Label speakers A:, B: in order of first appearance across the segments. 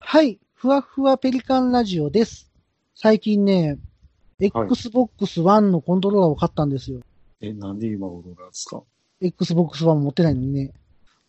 A: はい。ふわふわペリカンラジオです。最近ね、
B: はい
A: Xbox One のコントローラーを買ったんですよ。
B: え、なんで今頃なんですか
A: Xbox One 持ってないのにね。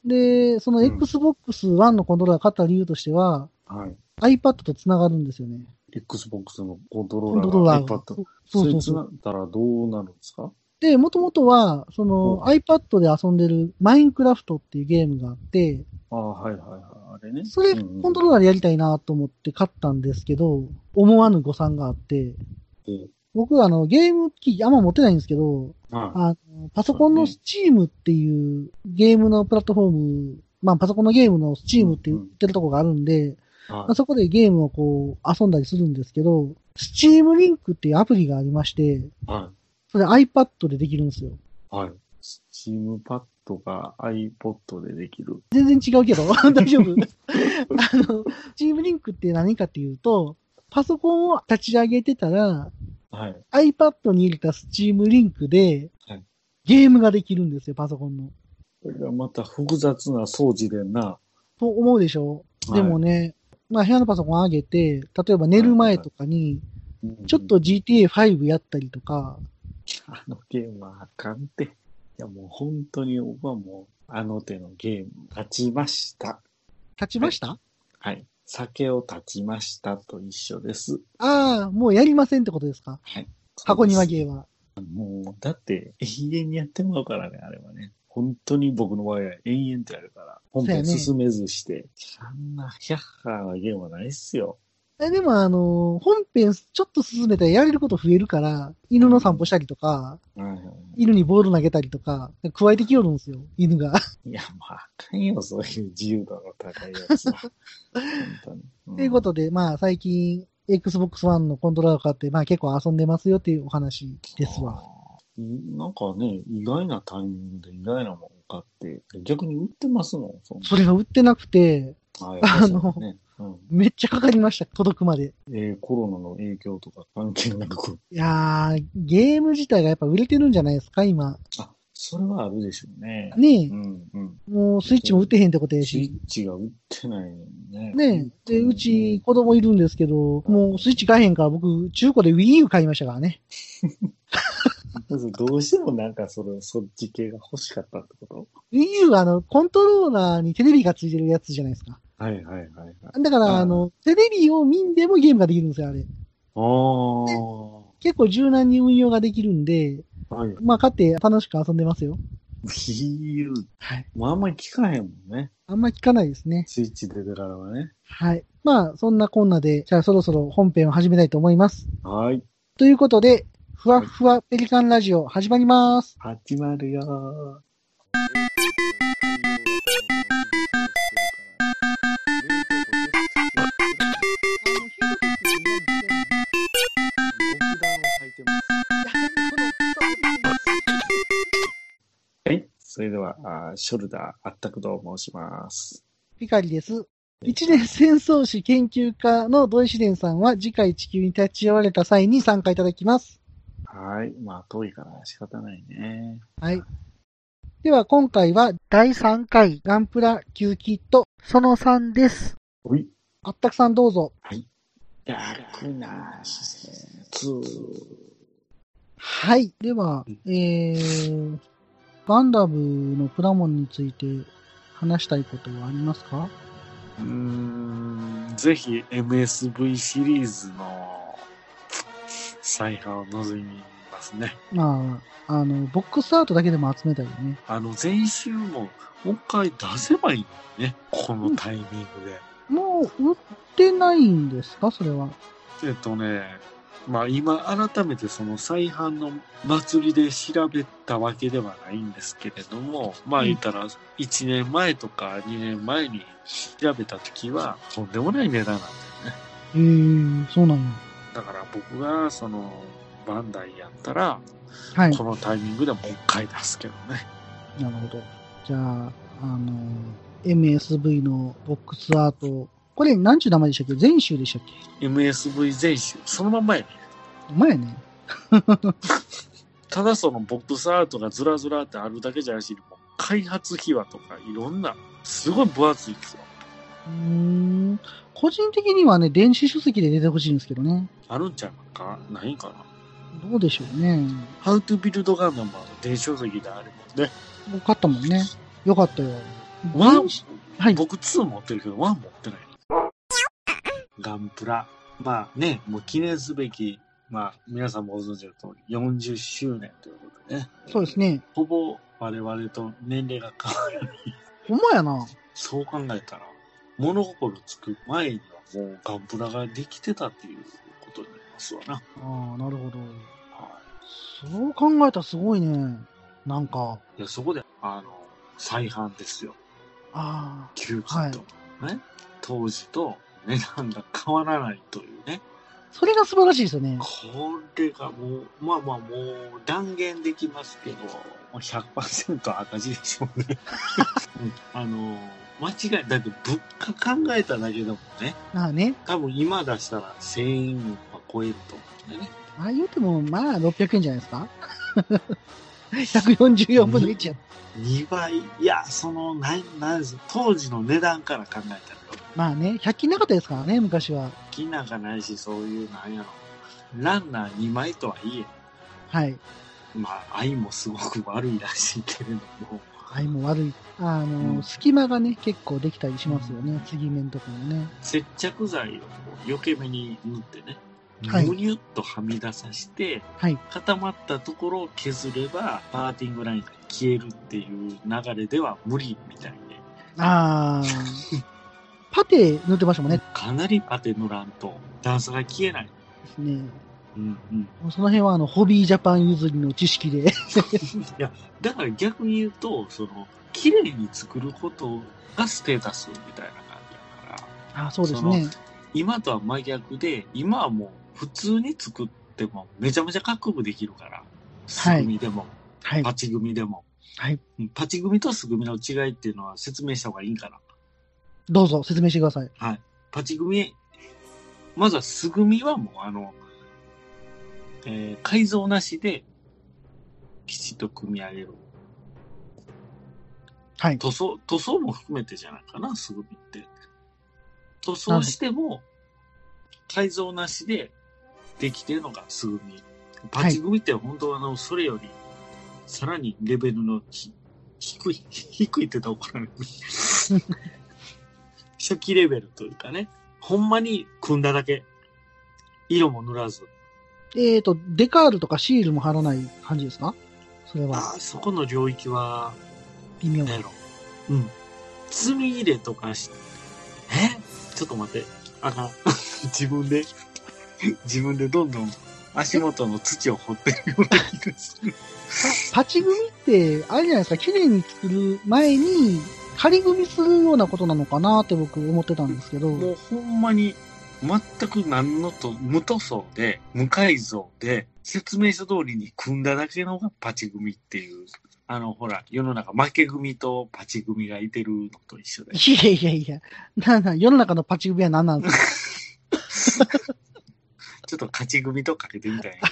A: で、その
B: うん
A: Xbox One のコントローラー買った理由としては、
B: はい。
A: iPad と繋がるんですよね。
B: Xbox のコント
A: コ
B: ロー
A: ン
B: ラ
A: トローラ
B: ー
A: ー
B: が
A: が
B: iPad。。
A: そ
B: そう
A: そ
B: れ
A: うそ
B: 繋
A: う。
B: ったらどうなるんですか
A: で、もともとは、その
B: ほ
A: iPad で遊んでるマインクラフトっていうゲームがあって、
B: ああ、はいはいはい。あれね。
A: それ
B: う
A: コ
B: んうん
A: ントローラーでやりたいなと思って買ったんですけど、思わぬ誤算があって、
B: ほ
A: 僕あのゲーム機あんま持ってないんですけど、
B: は
A: あの、パソコンの Steam っていうゲームのプラットフォーム、まあパソコンのゲームの Steam って言ってるとこがあるんで、
B: い。は
A: まあそこでゲームをこう遊んだりするんですけど、Steam Link っていうアプリがありまして、
B: い。は
A: それ iPad でできるんですよ。
B: い。はい。スチームパッドが iPod でできる。
A: 全然違うけど、 大丈 夫。あの、Steam Link って何かっていうと、パソコンを立ち上げてたら、
B: はい。
A: iPad に入れた Steam Link で
B: はい、
A: ゲームができるんですよ、パソコンの。
B: これがまた複雑な装置でな。
A: と思うでしょ
B: は
A: で
B: い
A: もね、まあ部屋のパソコン上げて、例えば寝る前とかに、ちょっ。と GTA5 やったりとか、
B: あのゲームはあかんて。いやもう本当に僕はもう、あの手のゲーム、勝ちました。
A: 立ちました、
B: はい。酒を断ちましたと一緒です。
A: ああ、もうやりませんってことですか箱庭ゲーは。
B: もう、だって、永遠にやってもらうからね、あれはね。本当に僕の場合は永遠とやるから、
A: そ
B: 本
A: うや
B: 編
A: ね
B: 進めずして、あんなヒャッハーなゲームはないっすよ。
A: えでもあのー本編ちょっと進めたらやれること増えるから、犬の散歩したりとか、
B: うん、
A: 犬にボール投げたりとか、加えてきよるんですよ、犬が。
B: いや、まあ、あかんよ、そういう自由度の高いやつは。本当に。うん
A: ということで、まあ最近、Xbox One のコントローラーを買って、まあ結構遊んでますよっていうお話ですわ。
B: あーなんかね、意外なタイミングで意外なもん買って、逆に売ってますもん、そ ん
A: それが売ってなくて、
B: ああの、ねうん
A: めっちゃかかりました、届くまで。
B: えーコロナの影響とか関係なく、
A: いやー、ゲーム自体がやっぱ売れてるんじゃないですか、今。
B: あ、それはあるでしょうね。
A: ね
B: うんうん。
A: え、もうスイッチも打てへんってことや
B: スイ
A: し。
B: ッチが売ってないのね。
A: ねえ、で、
B: ん
A: うち子供いるんですけど、もうスイッチ買えへんから僕、中古で Wii U 買いましたからね。
B: うんどうしてもなんかそれ、そっち系が欲しかったってこと
A: Wii U はあの、コントローラーにテレビがついてるやつじゃないですか。
B: はいはいはいはい。あ
A: だから、
B: あー
A: あの、テレビを見んでもゲームができるんですよ、あれ。
B: あ。
A: 結構柔軟に運用ができるんで、
B: はい。
A: まあ、買って楽しく遊んでますよ。
B: Wii U。
A: はい。
B: まああんまり聞かへんもんね。
A: あんま聞かないですね。
B: スイッチ出てからはね。
A: はい。まあ、そんなこんなで、じゃあそろそろ本編を始めたいと思います。
B: はい。
A: ということで、ふわふわペリカンラジオ始まります。
B: 始まるよはい。それでは、あーショルダーあったくと申します。
A: ピカリです。一年戦争史研究家の土井紫蓮さんは次回地球に立ち寄られた際に参加いただきます。
B: はい。まあ、遠いから仕方ないね。
A: はい。では今回は第3回ガンプラ9キットその3です。
B: おい。い
A: あったくさんどうぞ。
B: 楽な施設。
A: はい。では、えー、ガンダムのプラモンについて話したいことはありますか
B: うーんぜひ MSV シリーズの再販を望みますね。
A: まあ、あの、ボックスアートだけでも集めたいよね。
B: あの、前週ももう一回出せばいいのにね、このタイミングで。
A: もう売ってないんですかそれは。
B: えっとね、まあ今改めてその再販の祭りで調べたわけではないんですけれども、まあ言ったら1年前とか2年前に調べた時はとんでもない値段なんだよね。
A: えー、そうなんや。
B: だから僕がそのバンダイやったら、
A: はい。
B: このタイミングでもう一回出すけどね。
A: なるほど。じゃあ、あの、MSV のボックスアート。これ、なんちゅう名前でしたっけ全集でしたっけ
B: MSV 全集、そのまんまやね。
A: お前やね。
B: ただそのボックスアートがずらずらってあるだけじゃなしに、もう開発秘話とかいろんな、すごい分厚いんですよ。
A: うーん。個人的にはね、電子書籍で出てほしいんですけどね。
B: あるんちゃうかないんかな
A: どうでしょうね。
B: ハウトビルドガンダムは電子書籍であるもんね。
A: もう買ったもんね。よかったよ。
B: ワン
A: 電子、はい。
B: 僕2持ってるけど1持ってない。ガンプラ。まあね、もう記念すべき、まあ皆さんもご存知の通り40周年ということでね。
A: そうですね。
B: ほぼ我々と年齢が変わらない。
A: ほんまやな。
B: そう考えたら、物心つく前にはもうガンプラができてたっていうことになりますわな。
A: ああ、なるほど。
B: は
A: そう考えたらすごいね。なんか、
B: い。で、そこで、あの、再販ですよ。
A: あ
B: 旧機と、ね。当時と値段が変わらないというね。
A: あ、それが素晴らしいですよね。
B: これがもう、まあまあもう断言できますけど、100%赤字でしょうね。うんあの、間違い、だって物価考えただけでもね、
A: まあね、
B: 多分今出したら1000円は超えると思うんでね。
A: ああ言うても、まあ600円じゃないですか。144分の1や。
B: 2倍、いや、その、なん、なんです当時の値段から考えたらよ。
A: まあね、100均なかったですからね、昔は。
B: 木なんかないし、そういう、なんやろ。ランナー2枚とはいえ、
A: はい。
B: まあ、愛もすごく悪いらしいけれども、
A: はい、もう悪い。あの、
B: うん
A: 隙間がね、結構できたりしますよね。継ぎ目のところね。
B: 接着剤をこう避け目に塗ってね、
A: はい
B: むにゅっとはみ出さして、
A: はい。
B: 固まったところを削れば、パーティングラインが消えるっていう流れでは無理みたいで、
A: ああ。パテ塗ってましたもんね。
B: かなりパテ塗らんと、段差が消えない。
A: ですね。
B: うんうん。
A: もうその辺は、あの、ホビージャパン譲りの知識で。
B: いや、だから逆に言うと、その、綺麗に作ることがステータスみたいな感じだか ら、
A: あそうですね。
B: 今とは真逆で、今はもう普通に作ってもめちゃめちゃ各部できるから、素組でも、
A: はい。
B: パチ組でも。
A: はい。
B: うんパチ組と素組の違いっていうのは説明した方がいいかな。
A: どうぞ説明してください。
B: はい。パチ組、まずは素組はもうあの、えー改造なしで、きちっと組み上げる。
A: はい。
B: 塗装、塗装も含めてじゃないかな、素組って。塗装しても、改造なしでできてるのが素組。パチ組って本当はあの、それより、さらにレベルのひ低い、低いって言ったら怒られる。 初期レベルというかね、ほんまに組んだだけ。色も塗らず。
A: えっ、ー、と、デカールとかシールも貼らない感じですかそれは
B: ああ、そこの領域は、
A: 微妙。
B: なんやろ。うん。積み入れとかし、えちょっと待って。あかん。 自分で、自分でどんどん足元の土を掘ってるような気がする。
A: パチ組って、あれじゃないですか、綺麗に作る前に、仮組みするようなことなのかなって僕思ってたんですけど、
B: もうほんまに、全く何のと、無塗装で、無改造で、説明書通りに組んだだけのがパチ組っていう。あの、ほら、世の中負け組とパチ組がいてるのと一緒で。
A: いやいやいや、なんなん、世の中のパチ組は何なん ですか
B: ちょっと勝ち組とかけてみたい な。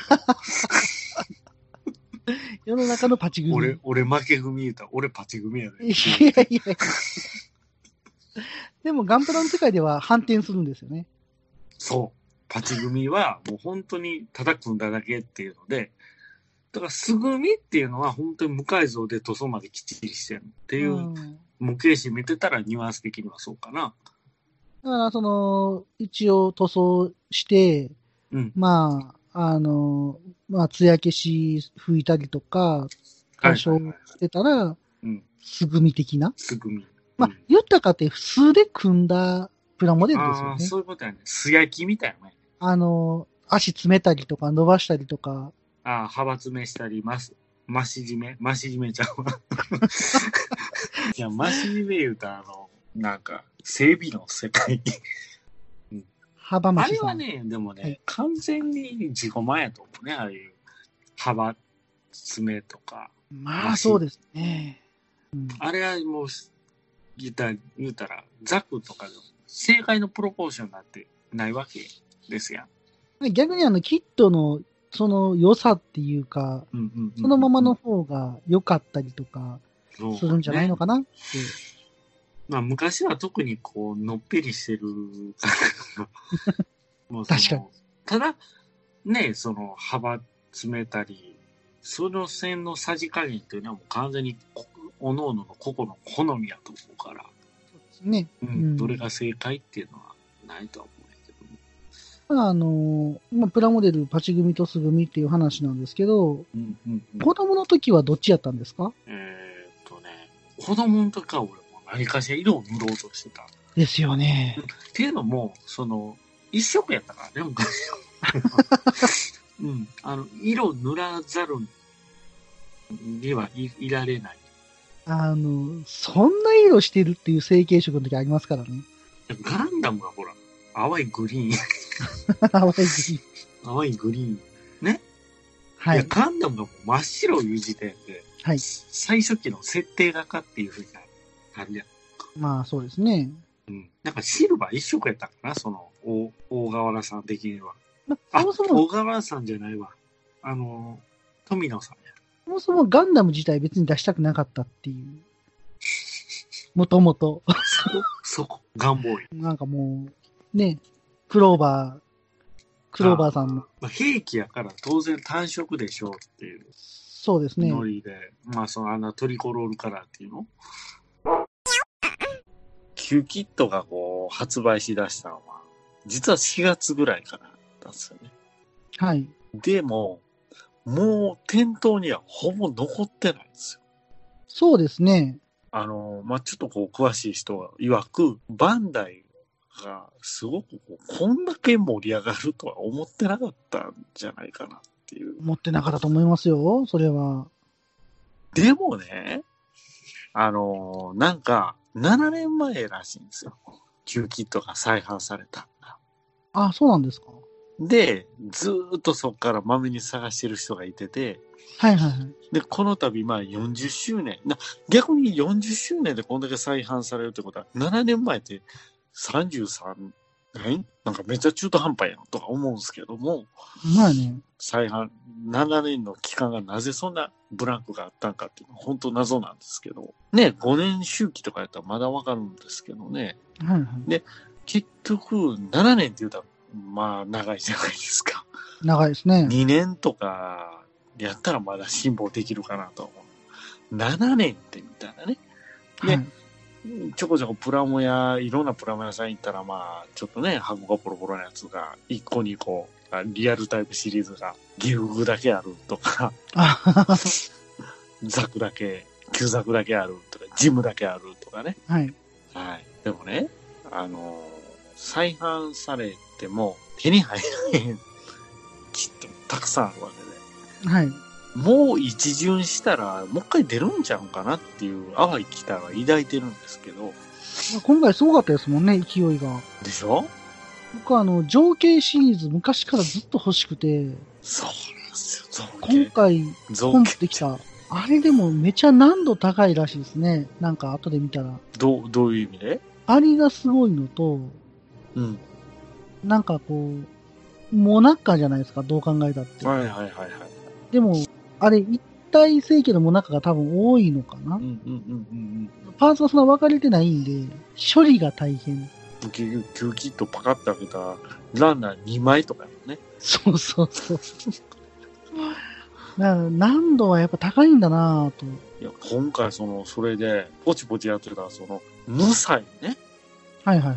A: 世の中のパチ組。
B: 俺、俺負け組言うたら、俺パチ組や で。
A: いやいやいや。でも、ガンプラの世界では反転するんですよね。
B: そう。パチ組はもう本当に叩くんだだけっていうので、だから素組っていうのは本当に無改造で塗装まできっちりしてるっていう、
A: うん
B: 模型師見てたらニュアンス的にはそうかな。
A: だから、その、一応塗装して、
B: うん。
A: まあ、あの、まあ、艶消し拭いたりとか、多少
B: はいはいはい
A: してたら、
B: うん。
A: 素組的な。
B: 素組。
A: まあ
B: うん、
A: 言ったかって普通で組んだプラモデルです
B: あ
A: よ
B: あ、
A: ね。
B: そういうことやね。素焼きみたいなね。
A: あの、足詰めたりとか伸ばしたりとか、
B: ああ、派閥めしたり、ます。増し締め増し締めちゃ うわ。いや、増し締め言うたら、あの、なんか、整備の世界に
A: 幅増
B: あ
A: し
B: れ
A: さ
B: は
A: ん。
B: ね、でもね、
A: はい
B: 完全に自己前やと思うね、ああいう幅、爪とか。
A: まあ、そうですね。うん、
B: あれはもう、言ったら、言うたら、ザクとかの正解のプロポーションなんてないわけですやん。
A: 逆にあの、キットのその良さっていうか、
B: うんうんうん
A: そのままの、方が良かったりとか
B: そう
A: するんじゃないの
B: ね
A: かなって。
B: まあ、昔は特にこう、のっぺりしてる。 もうその
A: 確かに。
B: ただ、ね、その、幅詰めたり、その線のさじ加減というのはもう完全にこ、おのおのの個々の好みやと思うから、
A: ね。
B: うん、
A: うん
B: どれが正解っていうのはないとは思うんやけども。
A: ただ、あの、まあ、プラモデル、パチ組とス組っていう話なんですけど、
B: うんうんうん
A: 子供の時はどっちやったんですか
B: えーっとね、子供の時から俺も何かしら色を塗ろうとしてた。っ
A: ですよね。
B: ていうのも、その、一色やったからね、昔は。 うん。あの、色を塗らざるにはいいられない。
A: あの、そんな色してるっていう成形色の時ありますから ね。
B: ガンダムがほら、淡いグリーン、
A: 淡い時期
B: 淡いグリーン。
A: はい
B: や
A: い。
B: ガンダムがもう真っ白いう時点で、
A: はい
B: 最初期の設定がかっていうふうになるやん。
A: まあ、そうですね。
B: うん。なんかシルバー一色やったかな、その、大大河原さん的には。
A: まあ
B: あ、
A: そもそも、
B: 小川さんじゃないわ。あの、富野さんや。
A: そもそもガンダム自体別に出したくなかったっていう。もともと。
B: そこ、そこ、ガンボーイ。
A: なんかもう、ね、クローバー、クローバーさんの、
B: まあ、兵器やから当然単色でしょうっていう
A: そうですね。
B: ノリで、まあそのあんなトリコロールカラーっていうのキューキットがこう発売しだしたのは、実は4月ぐらいからだったんですよね。
A: はい。
B: でも、もう店頭にはほぼ残ってないんですよ
A: そうですね。
B: あの、まあ、ちょっとこう、詳しい人が曰く、バンダイがすごくこう、こんだけ盛り上がるとは思ってなかったんじゃないかなっていう。
A: 持ってなかったと思いますよ、それは。
B: でもね、あの、なんか、7年前らしいんですよ。旧キットが再販されたんだ。
A: あ、そうなんですか。
B: で、ずーっとそこからまめに探してる人がいてて、
A: はいはいはい。
B: で、この度、まあ40周年。な逆に40周年でこんだけ再販されるってことは、7年前って33年なんかめっちゃ中途半端やんとか思うんですけども、
A: まあね。
B: 再販、7年の期間がなぜそんなブランクがあったんかっていうのは本当謎なんですけど、ね、5年周期とかやったらまだわかるんですけどね、
A: はいはい。
B: 結局7年って言うたら、まあ長いじゃないですか。
A: 長いですね。
B: 2年とかやったらまだ辛抱できるかなと思う。7年ってみたいなね。
A: はい。
B: ちょこちょこプラモ屋、いろんなプラモ屋さん行ったら、まあ、ちょっとね、箱がボロボロなやつが、1個2個、あリアルタイプシリーズが、ギフグだけあるとか、
A: あ
B: ザクだけ、旧ザクだけあるとか、ジムだけあるとかね。
A: はい。
B: はい。でもね、あのー再販されても手に入らへん、きっとたくさんあるわけで。
A: はい。
B: もう一巡したら、もう一回出るんちゃうかなっていう淡い期待は抱いてるんですけど、
A: まあ今回すごかったですもんね、勢いが。
B: でしょ
A: 僕はあの、情景シリーズ昔からずっと欲しくて、
B: そうなんですよ、造
A: 今
B: 形。
A: 回、ポ
B: 造
A: ン
B: 形
A: プできた。あれでもめちゃ難度高いらしいですね。なんか後で見たら。
B: どう、どういう意味で
A: アリがすごいのと、
B: うん。
A: なんかこう、モナカじゃないですか、どう考えたって。
B: はいはいはいはい。
A: でも、あれ、一体成形のモナカが多分多いのかな
B: うんうんうんうん
A: パーツがそんな分かれてないんで、処理が大変。
B: うん。キュキュキッとパカッと開けたランナー2枚とかやもんね。
A: そうそうそう。だから難度はやっぱ高いんだなぁと。
B: いや、今回その、それで、ポチポチやってた、その、無彩ね、
A: はいはい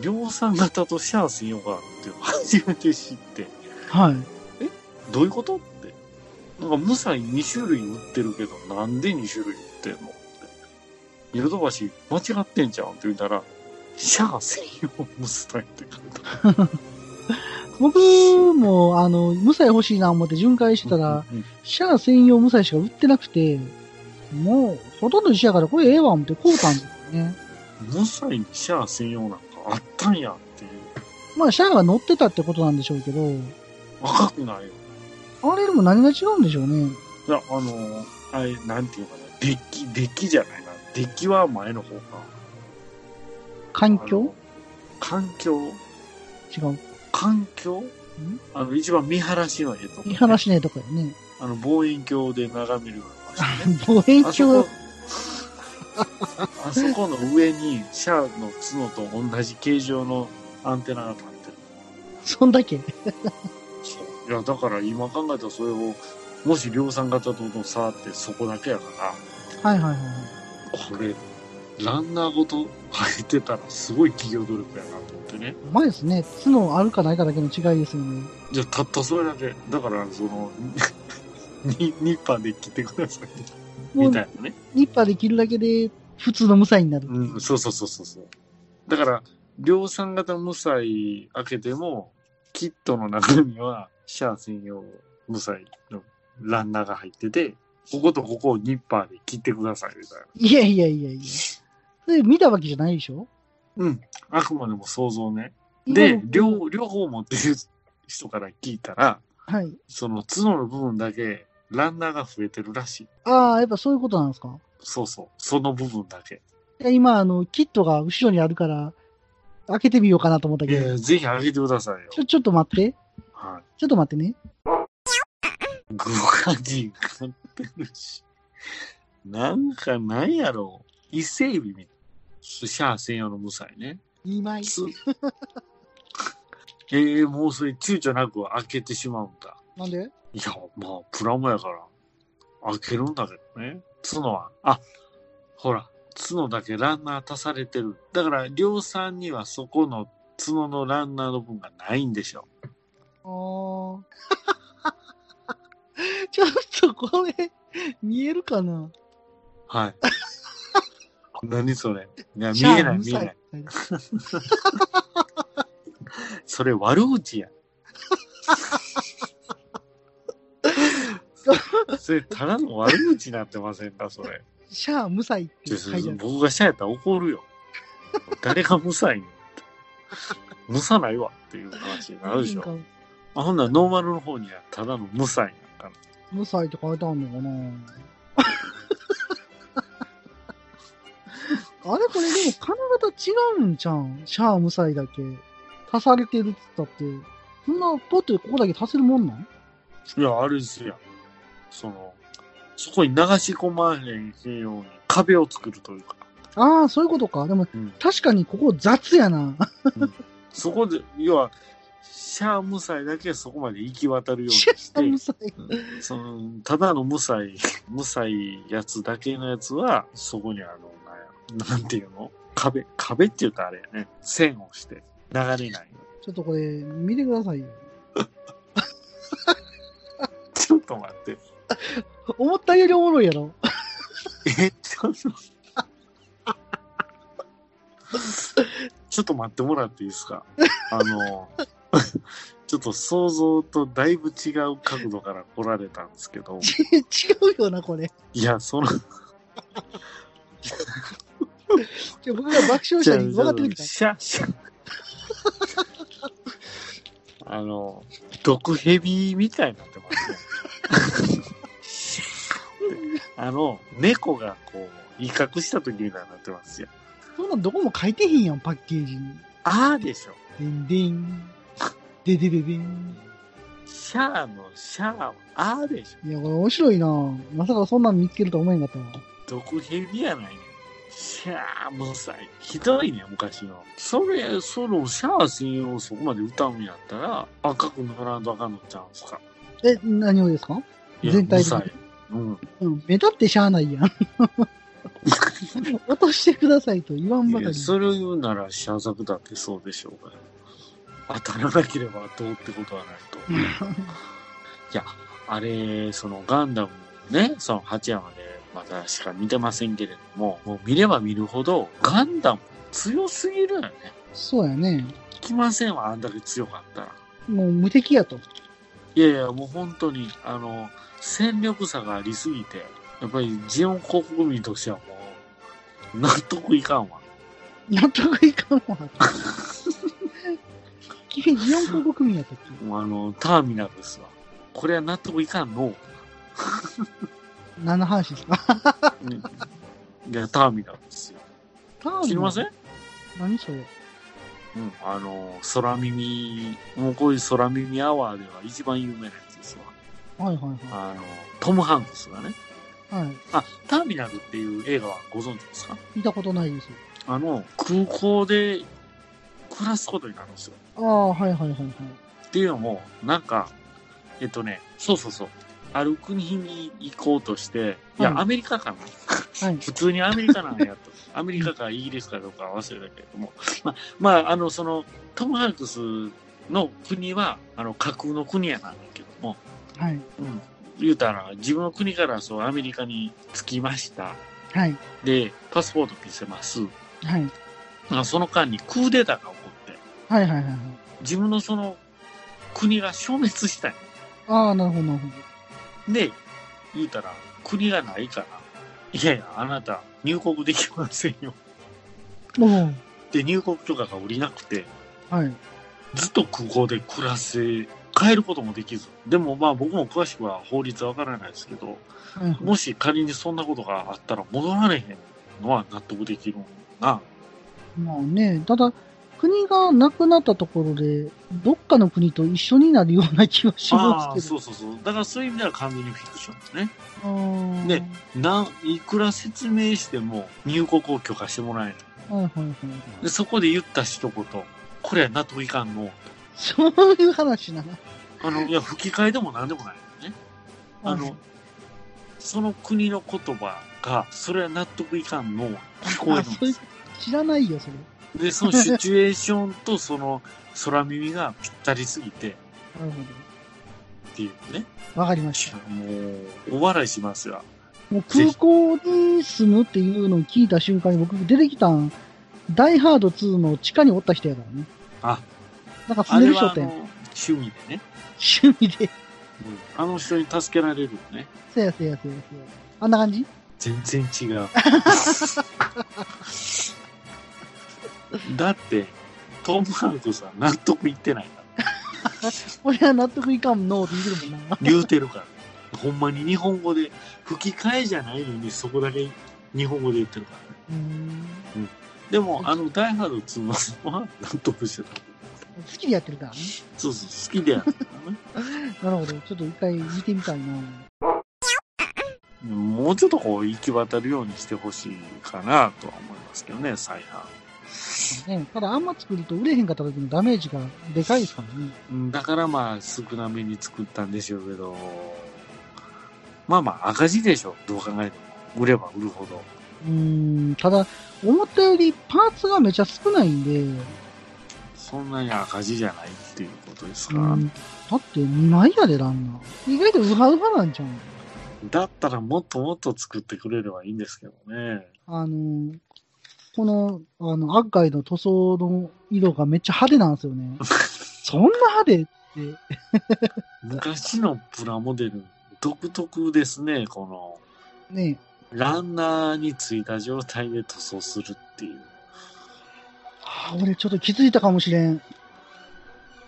B: 量産型とシャア専用があるっていうのを初めて知って。
A: はい。はい。
B: どういうことって。なんか無彩2種類売ってるけど、なんで2種類売ってんのって。ヨドバシ間違ってんじゃんって言ったら、シャア専用無彩って書いてあっ
A: 僕も、あの、無彩欲しいな思って巡回してたら、、
B: うん
A: シャア専用無彩しか売ってなくて、もう、ほとんど一緒やからこれええわ思って買うたんですよね。
B: 無彩にシャア専用なんかあったんやっていう。
A: まあ、シャアが乗ってたってことなんでしょうけど、
B: 赤くないよ。
A: あれでも何が違うんでしょうね。
B: いや、あの、あれ、なんていうかな、デッキ、デッキじゃないな。デッキは前の方か。
A: 環
B: あ
A: 境
B: の環境
A: 違う。
B: 環境あの、一番見晴らしの絵とか、
A: 見晴らしねえとかよね。
B: あの、望遠鏡で眺めるような場所ね。
A: 望遠
B: あそ
A: 鏡
B: こ、あそこの上にシャアの角と同じ形状のアンテナが立ってる。
A: そんだけ。
B: いや、だから今考えたらそれを、もし量産型との差ってそこだけやから、
A: はいはいはいはい。
B: これ、ランナーごと入ってたらすごい企業努力やなと思ってね。
A: うまいですね。角あるかないかだけの違いですよね。
B: じゃあたったそれだけ。だから、その、 にニッパーで切ってください。
A: も
B: み
A: う、
B: たいなね。
A: ニッパーで切るだけで、普通の無罪になる。
B: うん、そうそうそうそうそう。だから、量産型無彩開けても、キットの中身はシャア専用無彩のランナーが入ってて、こことここをニッパーで切ってくださいみたいな。
A: いやいやいやいや。それ見たわけじゃないでしょ
B: うん。あくまでも想像ね。
A: 今
B: で
A: の、
B: 両、両方持ってる人から聞いたら、
A: はい。
B: その角の部分だけランナーが増えてるらしい。
A: ああ、やっぱそういうことなんですか
B: そうそう。その部分だけ。
A: いや今、あの、キットが後ろにあるから、開けてみようかなと思った
B: い
A: け
B: やい
A: ど、
B: やぜひ開けてくださいよ
A: ち。ょ、ちょっと待って。
B: はい。
A: ちょっと待ってね。
B: グカディ買ってるし。なんかなんやろう。伊勢海老みたい。シャア専用の無彩ね。
A: 2枚。
B: つ ええもうそれ躊躇なく開けてしまうんだ。
A: なんで
B: いや、まあ、プラモやから、開けるんだけどね。角は、あ、ほら、角だけランナー足されてる。だから、量産にはそこの角のランナーの分がないんでしょ。
A: あー ちょっとこれ、見えるかな
B: はい。 何それ。いや、見
A: シャア
B: えない、
A: 無
B: 見え
A: 罪
B: ない。それ悪 口や。それただの悪口になってませんかそれ。
A: シャア無罪って書いてある。
B: 僕がシャやったら怒るよ。誰が無罪ねんって。無さないわっていう話になるでし
A: な
B: ょ。
A: んか
B: あほんならノーマルの方にはただの無罪なんかな。
A: 無罪って書いてあるのかな あれこれでも金型違うんじゃん。シャア無罪だけ。足されてるっつったって。そんな、ポッてここだけ足せるもんなん
B: いや、あれですやん。その、そこに流し込まれへんように壁を作るというか。
A: ああ、そういうことか。でも、
B: うん
A: 確かにここ雑やな。
B: そこで、要は、シャア無罪だけそこまで行き渡るように
A: シ
B: し
A: ャア無
B: て、
A: 罪。
B: その、ただの無罪、 無罪やつだけのやつは、そこにあの、なんやなんていうの壁、壁って言うとあれやね。線をして、流れない。
A: ちょっとこれ、見てくださいよ。
B: ちょっと待って。
A: 思ったよりおもろいやろ。
B: え、ちょっと。 ちょっと待ってもらっていいですかあの、 ちょっと想像とだいぶ違う角度から来られたんですけど、
A: ち違うよな、これ。
B: いや、その、
A: ちょ僕が爆笑したに分かってるみたい。
B: シャシャあの、毒蛇みたいになってますね。 あの、猫がこう、威嚇した時みたいになってますよ。
A: そんなんどこも書いてへんやん、パッケージに。
B: あーでしょ。
A: でんでん。ででででん。
B: シャアのシャアはあーでしょ。
A: いや、これ面白いなまさかそんなん見つけるとは思えんかったわ。
B: 毒蛇やないねん。シャア無罪。ひどいね、昔の。それ、そのシャア専用をそこまで歌うんやったら、赤くならんとあかんのちゃうんすか。
A: え、何をですか
B: いや
A: 全体的に
B: 無罪うん。
A: うん、目立ってしゃあないやん。 落としてくださいと言わんば
B: い
A: か
B: や
A: り。
B: それを言うなら謝作だってそうでしょうが当たらなければどうってことはないと
A: うん
B: いやあれそのガンダムねその八山でまだしか見てませんけれどももう見れば見るほどガンダム強すぎるよね
A: そうやね。
B: 来ませんわあんだけ強かったら
A: もう無敵やと。
B: いやいやもう本当にあの戦力差がありすぎてやっぱりジオン国民としてはもう納得いかんわ
A: 納得いかんわ。 君、日本国民やったっけ
B: もうあのターミナルですわこれは納得いかんのう
A: 何の話ですか
B: ねいや、ターミナルですよ。
A: ターミナル
B: 知りません
A: 何それ
B: うん、あの、空耳、もうこういう空耳アワーでは一番有名なやつですわ。
A: はいはいはい。
B: あの、トム・ハンクスがね、
A: はい。
B: あ、ターミナルっていう映画はご存知ですか
A: 見たことないです。
B: あの、空港で暮らすことになるんですよ。
A: ああ、はいはいはいはい。
B: っていうのも、なんか、えっとね、そうそうそう。ある国に行こうとして、いや、
A: はい
B: アメリカかな。
A: はい。
B: 普通にアメリカなんやと。 アメリカかイギリスかどうかは忘れたけれども。まあ、まあ、あの、その、トム・ハンクスの国は、あの、架空の国やなんだけども、
A: はい。
B: うん。言うたら、自分の国からそう、アメリカに着きました。
A: はい。
B: で、パスポート見せます。
A: はい。
B: まあ、その間にクーデターが起こって、
A: はいはいはいはい。
B: 自分のその、国が消滅したい。
A: ああ、なるほどなるほ
B: で、言うたら、国がないから、いやいや、あなた、入国できませんよ。
A: ど。おお。
B: で、入国許可が下りなくて、
A: はい。
B: ずっと空港で暮らせ、帰ることもできず。でもまあ僕も詳しくは法律わからないですけど、
A: はいはい。
B: もし仮にそんなことがあったら戻られへんのは納得できるな。
A: まあね、ただ、国がなくなったところで、どっかの国と一緒になるような気がし
B: あ
A: ま
B: あー、
A: すけど。
B: そうそうそう。だからそういう意味では完全にフィクションですね。
A: あー
B: ねなん、いくら説明しても入国を許可してもらえない。
A: はいはいはいはい。
B: で、そこで言った一言、これは納得いかんの。
A: そういう話なの。
B: あの、いや、吹き替えでも何でもないよね。あの、その国の言葉が、それは納得いかんの、聞こえるん
A: あ
B: です
A: そういう知らないよ、それ。
B: で、そのシチュエーションとその空耳がぴったりすぎてっ
A: なるほ
B: ていうね。
A: ど。わかりました。
B: もう、お笑いしますよ。
A: もう空港に住むっていうのを聞いた瞬間に僕出てきたん、ダイハード2の地下におった人やからね。
B: あ、
A: なんか住
B: あ
A: んで
B: れ
A: る人お
B: は
A: っ
B: あ
A: た
B: の
A: やん。
B: 趣味でね。
A: 趣味で。
B: うんあの人に助けられるよね。
A: そうやそうやそうやそうや。あんな感じ
B: 全然違う。だって、トム・ハンクさん納得いってないから。
A: 俺は納得いかんのって言うてるもんな。
B: 言うてるから。ほんまに日本語で、吹き替えじゃないのにそこだけ日本語で言ってるからね。
A: うーん
B: でも、あの、ダイハード2は納得してた。
A: 好きでやってるからね。
B: そうそう、好きでやるからね。
A: なるほど。ちょっと一回見てみたいな。
B: もうちょっとこう行き渡るようにしてほしいかなとは思いますけどね、再犯。
A: ね、ただあんま作ると売れへんかった時のダメージがでかいですからね。
B: うんだからまあ少なめに作ったんでしょうけど、まあまあ赤字でしょ、どう考えても。売れば売るほど。
A: うーん、ただ、思ったよりパーツがめちゃ少ないんで、
B: そんなに赤字じゃないっていうことですから、
A: うん、だって2枚やで、ランナー。意外とウハウハなんちゃうの
B: だったらもっともっと作ってくれればいいんですけどね。
A: あの、この、あの、アッガイの塗装の色がめっちゃ派手なんですよね。そんな派手って、
B: 昔のプラモデル、独特ですね、この。
A: ね、
B: ランナーについた状態で塗装するっていう。
A: あー俺ちょっと気づいたかもしれん。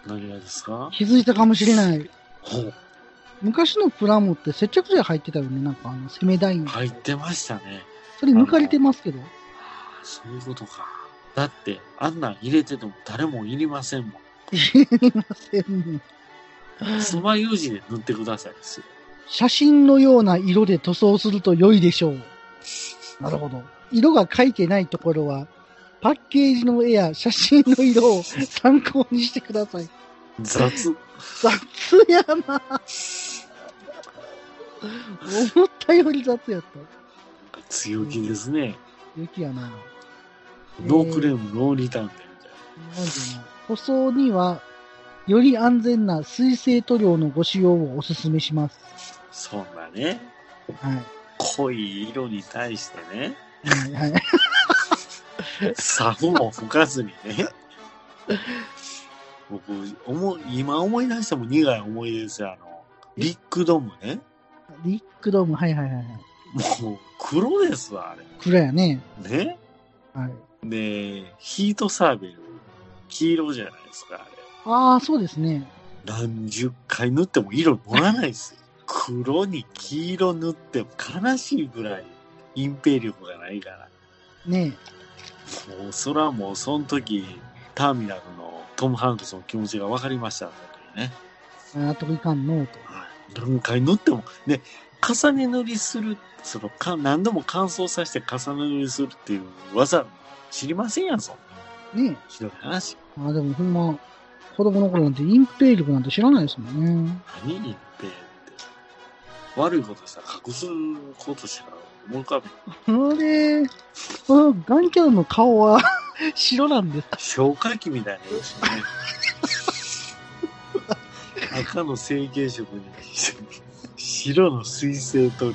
B: 何がですか
A: 気づいたかもしれない。
B: ほう
A: 昔のプラモって接着剤入ってたよね、なんかあの、攻め台に。
B: 入ってましたね。
A: それ抜かれてます けど。
B: そういうことか。だって、あんなん入れてても誰もいりませんも
A: 言いませんね
B: ん。つまようじで塗ってくださいですよ。
A: 写真のような色で塗装すると良いでしょう。なるほど。色が書いてないところは、パッケージの絵や写真の色を参考にしてください。
B: 雑。
A: 雑や な思ったより雑やった。
B: 強気ですね。
A: 雪やな。
B: ノークレーム、ノーリターンで。
A: なんていうの塗装には、より安全な水性塗料のご使用をお勧めします。
B: そんなね、
A: はい。
B: 濃い色に対してね、
A: はいはい。
B: サフも吹かずにね。僕、思う今思い出しても苦い思い出ですよ。あの、ビッグドームね。
A: リックドーム、はいはいはいはい。
B: もう黒ですわ、あれ。
A: 黒やね。
B: ね。
A: はい。
B: で、ヒートサーベル、黄色じゃないですか、あれ。
A: ああ、そうですね。
B: 何十回塗っても色乗らないですよ。黒に黄色塗っても悲しいぐらい隠蔽力がないから。
A: ね
B: もうそれはもうその時、ターミナルのトム・ハンクスの気持ちが分かりました、ね。
A: え。納得いかんのうと。
B: はい何回塗っても。で、重ね塗りする、そのか、何度も乾燥させて重ね塗りするっていう技、知りませんやん、そんな。
A: ね
B: ひどい話。
A: え。あ、でもほんま、子供の頃なんて隠蔽力なんて知らないですもんね。
B: 何隠蔽って。悪いことしたら隠すことしか思い浮かべん
A: それ、このガンキャノンの顔は 白なんです。
B: 消火器みたいな色してね。赤の成形色に、白の水性塗料。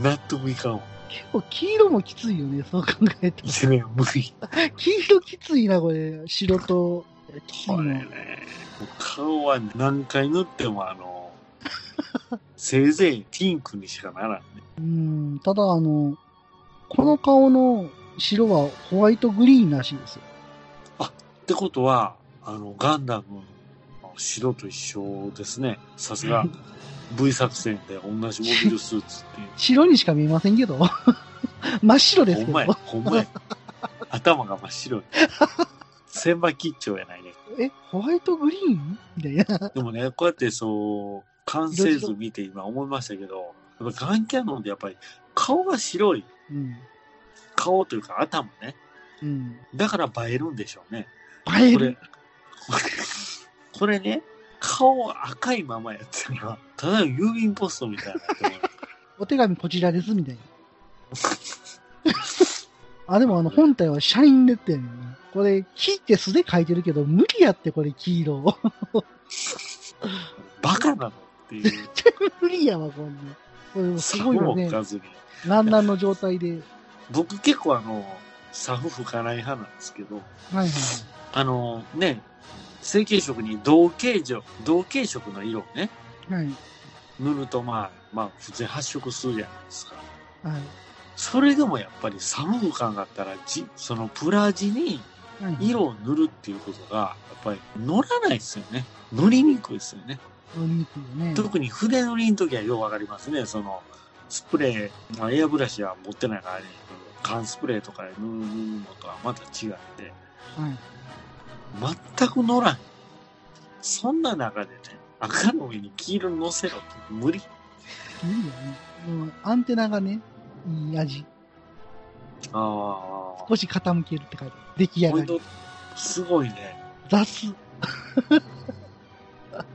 B: 納得いかんわ。
A: 結構黄色もきついよね、そう考えた
B: 一年無理。
A: ら。 黄色きついな、これ。白と。きつい
B: これ
A: な
B: ね、 もう顔は何回塗ってもあの、せいぜいピンクにしかならんね。
A: うん、ただあの、この顔の白はホワイトグリーンらしいですよ。
B: ってことは、あの、ガンダムの白と一緒ですね。さす が V 作戦で同じモビルスーツっていう。
A: 白にしか見えませんけど。 真っ白です
B: ほ
A: けど
B: んまや、。ほんまや。頭が真っ白い。千葉吉兆やないね。
A: え、ホワイトグリーンみたいな。
B: でもね、こうやってそう、完成図見て今思いましたけど、やっぱガンキャノンってやっぱり顔が白い。
A: うん。
B: 顔というか頭ね。
A: うん。
B: だから映えるんでしょうね。
A: 映え
B: これ
A: る。、
B: これね、顔赤いままやってるのは、ただの郵便ポストみたいなって 思う。
A: お手紙こちらです、みたいな。 あ、でもあの、本体はシャインレッドやねんな。これ、木って素で描いてるけど、無理やって、これ、黄色。
B: バカなのっていう。
A: 無理やわ、こんな。これ、す
B: さ
A: ごいよ
B: も
A: ね
B: 吹。かずに。
A: なんなんの状態で。
B: 僕結構あの、サフ吹かない派なんですけど、
A: はいはいはい。
B: あのね、成形色に同形色、同形色の色をね、
A: はい。
B: 塗るとまあ、まあ普通に発色するじゃないですか。
A: はい。
B: それでもやっぱり寒く感があったら、じそのプラ地に
A: はい
B: 色を塗るっていうことが、やっぱり乗らないですよね。乗りにくいですよね。
A: お肉よね。
B: 特に筆塗りの時はようわかりますね。その、スプレー、まあ、エアブラシは持ってないからあれやけど、缶スプレーとかで塗るのとはまた違って、
A: はい。
B: 全く乗らん。そんな中でね、赤の上に黄色乗せろって無理。
A: 無理だね。もうアンテナがね、いい味。
B: ああ。
A: 少し傾けるって書いてある。出来上
B: ポ
A: が
B: イン
A: り。
B: ト、すごいね。
A: 雑。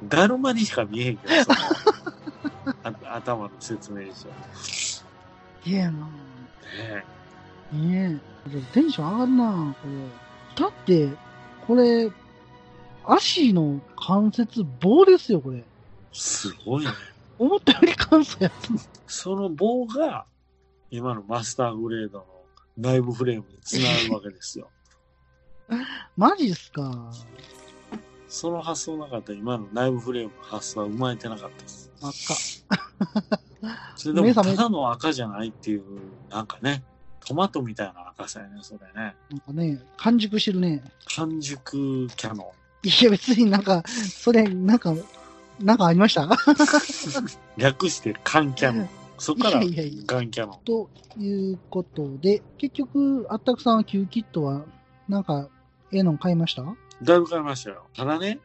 B: だるまにしか見えへんけど、そのあ頭の説明書。ね
A: いやな
B: え
A: ねえ。でもテンション上がるなこれ。だって、これ、足の関節棒ですよ、これ。
B: すごいね。
A: 思ったより関節やった。
B: その棒が、今のマスターグレードの内部フレームにつながるわけで すよ。
A: マジっすか。
B: その発想なかったら今の内部フレームの発想は生まれてなかったです。
A: 真っ赤。
B: それでも
A: 目覚
B: た
A: め
B: だの赤じゃないっていう、なんかね、トマトみたいな赤さやね、それね。
A: なんかね、完熟してるね。
B: 完熟キャノ
A: いや、別になんか、それ、なんか、なんかありました
B: ン。略して缶キ ャノン。そっから
A: いやいやいや
B: ガンキャノン。
A: ということで、結局、あったくさんは旧キットは、なんか、ええのん買いました
B: だいぶ変えましたよ。ただね、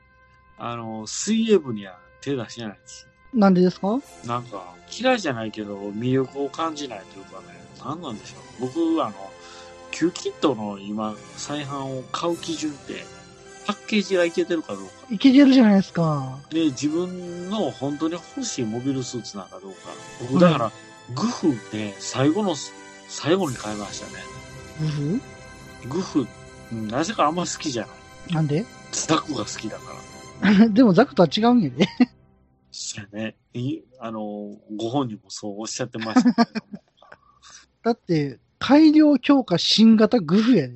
B: あの、水泳部には手出してないです。
A: なんでですかは
B: なんか、嫌いじゃないけど、魅力を感じないというかね、何なんでしょう。僕、あの、旧キットの今、再販を買う基準って、パッケージがいけてるかどうか。
A: いけてるじゃないですか。
B: で、自分の本当に欲しいモビルスーツなんかどうか。僕、だから、グフで最後の、最後に買いましたね。
A: グフ
B: グフ、うんなぜかあんま好きじゃない。
A: なんで
B: ザクが好きだから。
A: でもザクとは違うんやで。
B: そうやね。いあの、ご本人もそうおっしゃってましたけれども。
A: だって、改良強化新型グフやで。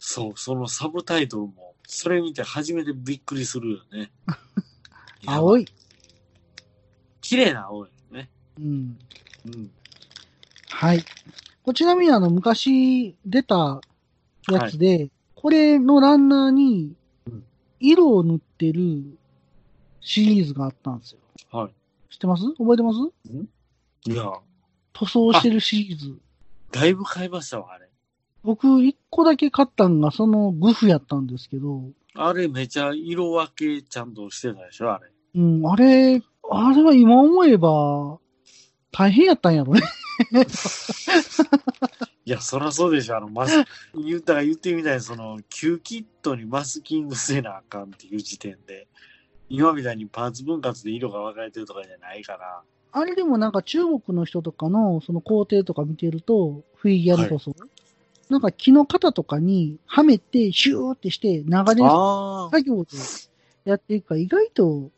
B: そう、そのサブタイトルも、それ見て初めてびっくりするよね。
A: 青
B: い。
A: い。
B: 綺麗な青いよね。
A: うん。
B: うん。
A: はい。これちなみにあの、昔出たやつで、これのランナーに
B: うん、
A: 色を塗ってるシリーズがあったんですよ。
B: は
A: 知ってます覚えてます
B: い。いや、
A: 塗装してるシリーズ。
B: だいぶ買いましたわ、あれ。
A: 僕、一個だけ買ったんが、そのグフやったんですけど、
B: あれめちゃ色分けちゃんとしてたでしょ、あれ。
A: うん、あれ、あれは今思えば、大変やったんやろね。
C: いや、そらそうでしょ。あの、マス、言ったら言ってみたいに、その、旧キットにマスキングせなあかんっていう時点で、今みたいにパーツ分割で色が分かれてるとかじゃないから、
A: あれでもなんか中国の人とかのその工程とか見てると、フィギュアの塗装、なんか木の型とかにはめて、シューってして流れる
C: ああ、
A: 作業でやっていくから、意外と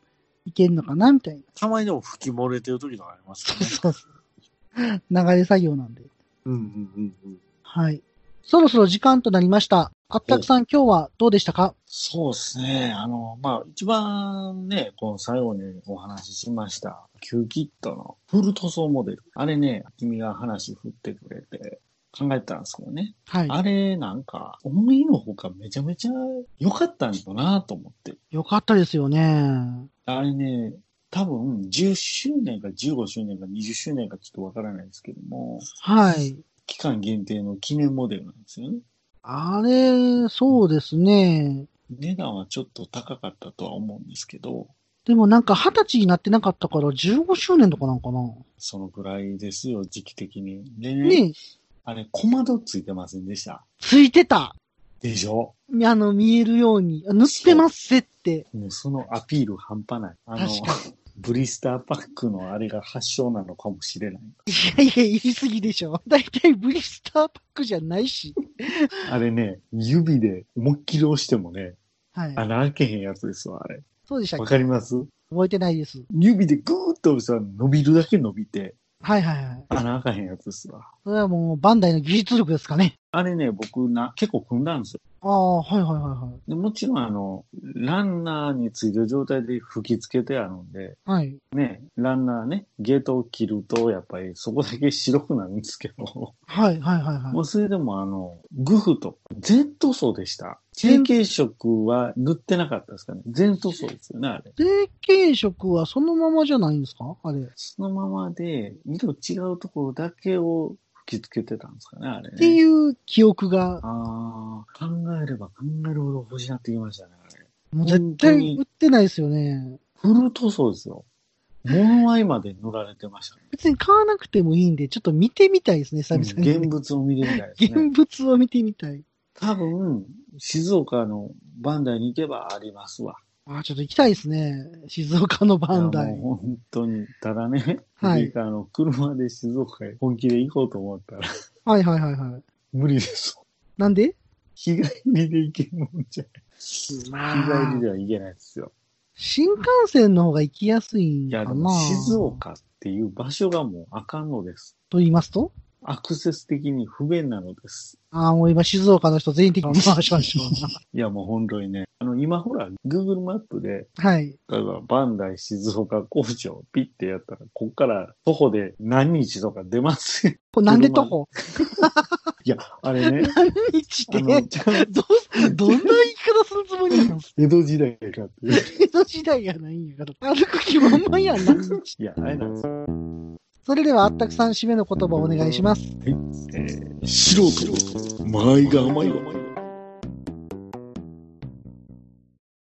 A: いけんのかなみたいな。
C: たまにでも吹き漏れてる時とかあります よね。
A: そう そう。流れ作業なんで。
C: うんうんうんうん。
A: はい。そろそろ時間となりました。あったくさん、今日はどうでしたか
B: そうですね。あの、まあ、一番ね、この最後にお話ししました、旧キットのフル塗装モデル。あれね、君が話振ってくれて考えたんですけどね。
A: はい。
B: あれ、なんか、思いのほかめちゃめちゃ良かったんだなと思って。
A: よかったですよね。
B: あれね、多分10周年か15周年か20周年かちょっとわからないですけども、
A: はい。
B: 期間限定の記念モデルなんですよね。
A: あれ、そうですね。
B: 値段はちょっと高かったとは思うんですけど、
A: でもなんか二十歳になってなかったから15周年とかなんかな。
B: そのぐらいですよ、時期的に。でね、
A: ねえ
B: あれ、小窓ついてませんでした。
A: ついてた。
B: でしょ
A: あの、見えるように。あ塗ってますせって。
B: もうそのアピール半端ない。あの
A: 確、
B: ブリスターパックのあれが発祥なのかもしれない。
A: いやいや、言い過ぎでしょ。 だいたいブリスターパックじゃないし。
B: あれね、指で思いっきり押してもね、
A: はい。
B: 穴開けへんやつですわ、あれ。
A: そうでしたっ
B: わ
A: け
B: かります
A: 覚えてないです。
B: 指でグーッと押したら伸びるだけ伸びて、
A: はいはいはい。
B: 穴開かへんやつですわ。
A: それはもう、バンダイの技術力ですかね。
B: あれね、僕な、結構組んだんですよ。
A: ああ、はいはいはいはい。
B: でもちろんあの、ランナーについてる状態で吹き付けてあるんで、
A: はい。
B: ね、ランナーね、ゲートを切ると、やっぱりそこだけ白くなるんですけど、
A: はいはいはいは
B: も
A: い。
B: うそれでもあの、グフと、全塗装でした。成
A: 全
B: 形色は塗ってなかったですかね。全塗装ですよね、あれ。
A: 成形色はそのままじゃないんですかあれ。っ
B: そのままで、色違うところだけを吹き付けてたんですかね、あれね。
A: ていう記憶が、
B: ああ、考えれば考えるほど欲しなってきましたね、あれ。
A: もう絶対売ってないですよね。
B: フル塗装ですよ。物合いまで塗られてましたね。
A: 別に買わなくてもいいんで、ちょっと見てみたいですね、久々に。
B: 現物を見てみたいですね。
A: 現物を見てみたい。
B: 多分、静岡のバンダイに行けばありますわ。
A: ああ、ちょっと行きたいですね。静岡のバンダ
B: いや
A: イ。
B: もう本当に。ただね、
A: はい
B: いいかあの、車で静岡へ本気で行こうと思ったら
A: はいはいはいはい。
B: 無理です。
A: なんで
B: 日帰りで行けるもんじゃない。日
A: ま
B: 帰り
A: あ、
B: では行けないですよ。
A: 新幹線の方が行きやすいん
B: い
A: か
B: や、
A: な
B: でも静岡っていう場所がもうあかんのです。
A: と言いますと
B: アクセス的に不便なのです。
A: ああ、もう今静岡の人全員的に回しましょう。
B: いや、もう本当にね。あの、今ほら、Google マップで、
A: はい。
B: 例えば、バンダイ静岡工場ピッてやったら、こっから徒歩で何日とか出ますよ。
A: これなんで徒歩
B: いや、あれね、
A: 何日っ
B: あ
A: て
B: の、
A: どう、どんな言い方するつもり なんですか
B: 江戸時代かっていう。
A: 江戸時代やないんやから。歩く気満々やん、 何日。
B: いや、あれなんですよ。
A: それではあったくさん締めの言葉をお願いします。
B: はい。えー、素人、間合いが甘いわ。